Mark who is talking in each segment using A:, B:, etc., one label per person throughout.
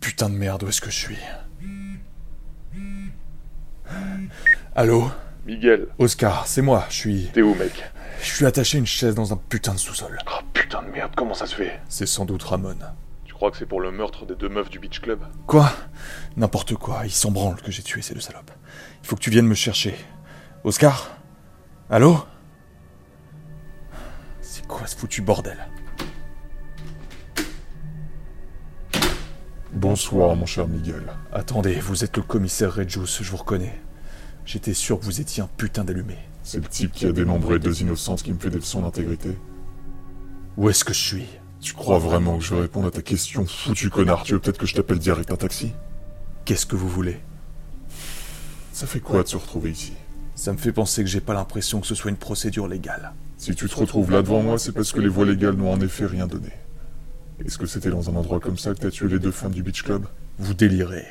A: Putain de merde, où est-ce que je suis Allô
B: Miguel,
A: Oscar, c'est moi, je suis.
B: t'es où, mec
A: Je suis attaché à une chaise dans un putain de sous-sol.
B: Oh putain de merde, comment ça se fait
A: C'est sans doute Ramon.
B: Tu crois que c'est pour le meurtre des deux meufs du beach club
A: Quoi N'importe quoi, il s'en branle que j'ai tué ces deux salopes. Il faut que tu viennes me chercher. Oscar Allô C'est quoi ce foutu bordel
C: Bonsoir, mon cher Miguel.
A: Attendez, vous êtes le commissaire Redjus, je vous reconnais. J'étais sûr que vous étiez un putain d'allumé.
C: C'est le type qui a démembré deux innocentes qui me fait des leçons d'intégrité.
A: Où est-ce que je suis
C: Tu crois vraiment que je vais répondre à ta question, foutu connard Tu veux peut-être que je t'appelle direct un taxi
A: Qu'est-ce que vous voulez
C: Ça fait quoi de se retrouver ici
A: Ça me fait penser que j'ai pas l'impression que ce soit une procédure légale.
C: Si tu te retrouves là devant moi, c'est parce que les voies légales n'ont en effet rien donné. Est-ce que c'était dans un endroit comme ça que t'as tué les deux femmes du beach club
A: Vous délirez.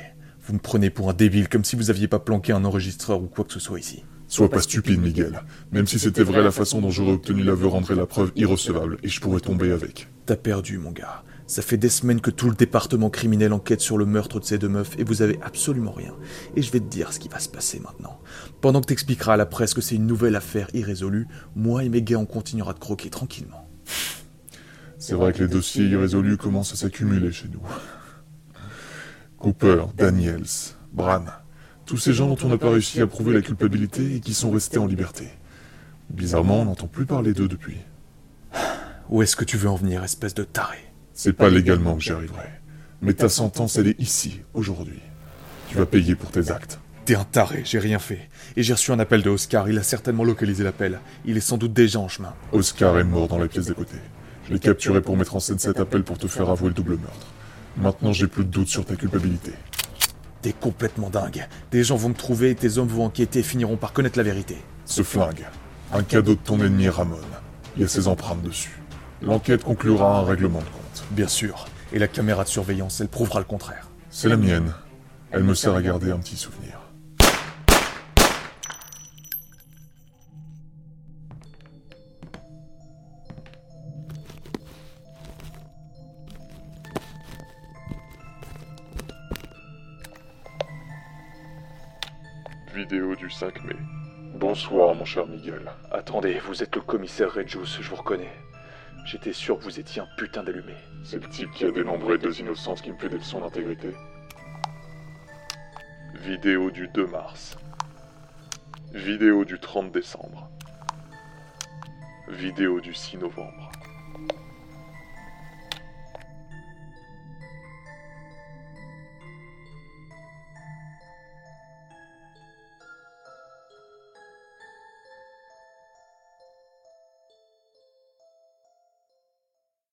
A: Vous me prenez pour un débile, comme si vous aviez pas planqué un enregistreur ou quoi que ce soit ici.
C: Sois pas stupide, Miguel. Même si c'était vrai, la façon dont j'aurais obtenu l'aveu rendrait la preuve irrecevable, et je pourrais tomber avec.
A: T'as perdu, mon gars. Ça fait des semaines que tout le département criminel enquête sur le meurtre de ces deux meufs et vous avez absolument rien. Et je vais te dire ce qui va se passer maintenant. Pendant que t'expliqueras à la presse que c'est une nouvelle affaire irrésolue, moi et mes gars on continuera de croquer tranquillement.
C: C'est vrai que les dossiers irrésolus commencent à s'accumuler chez nous. Cooper, Daniels, Bran, tous ces gens dont on n'a pas réussi à prouver la culpabilité et qui sont restés en liberté. Bizarrement, on n'entend plus parler d'eux depuis.
A: Où est-ce que tu veux en venir, espèce de taré
C: C'est pas légalement que j'y arriverai. Mais ta sentence, elle est ici, aujourd'hui. Tu vas payer pour tes actes.
A: T'es un taré, j'ai rien fait. Et j'ai reçu un appel de Oscar, il a certainement localisé l'appel. Il est sans doute déjà en chemin.
C: Oscar est mort dans la pièce d'à côté. Je l'ai capturé pour mettre en scène cet appel pour te faire avouer le double meurtre. Maintenant, j'ai plus de doute sur ta culpabilité.
A: T'es complètement dingue. Des gens vont me trouver, tes hommes vont enquêter et finiront par connaître la vérité.
C: Ce flingue, un cadeau de ton ennemi Ramon. Il y a ses empreintes dessus. L'enquête conclura un règlement de compte.
A: Bien sûr. Et la caméra de surveillance, elle prouvera le contraire.
C: C'est la mienne. Elle me sert à garder un petit souvenir.
B: Vidéo du 5 mai.
C: Bonsoir, mon cher Miguel.
A: Attendez, vous êtes le commissaire Redjus, je vous reconnais. J'étais sûr que vous étiez un putain d'allumé.
C: C'est le type qui a démembré deux innocentes qui me fait des leçons d'intégrité.
B: Vidéo du 2 mars. Vidéo du 30 décembre. Vidéo du 6 novembre.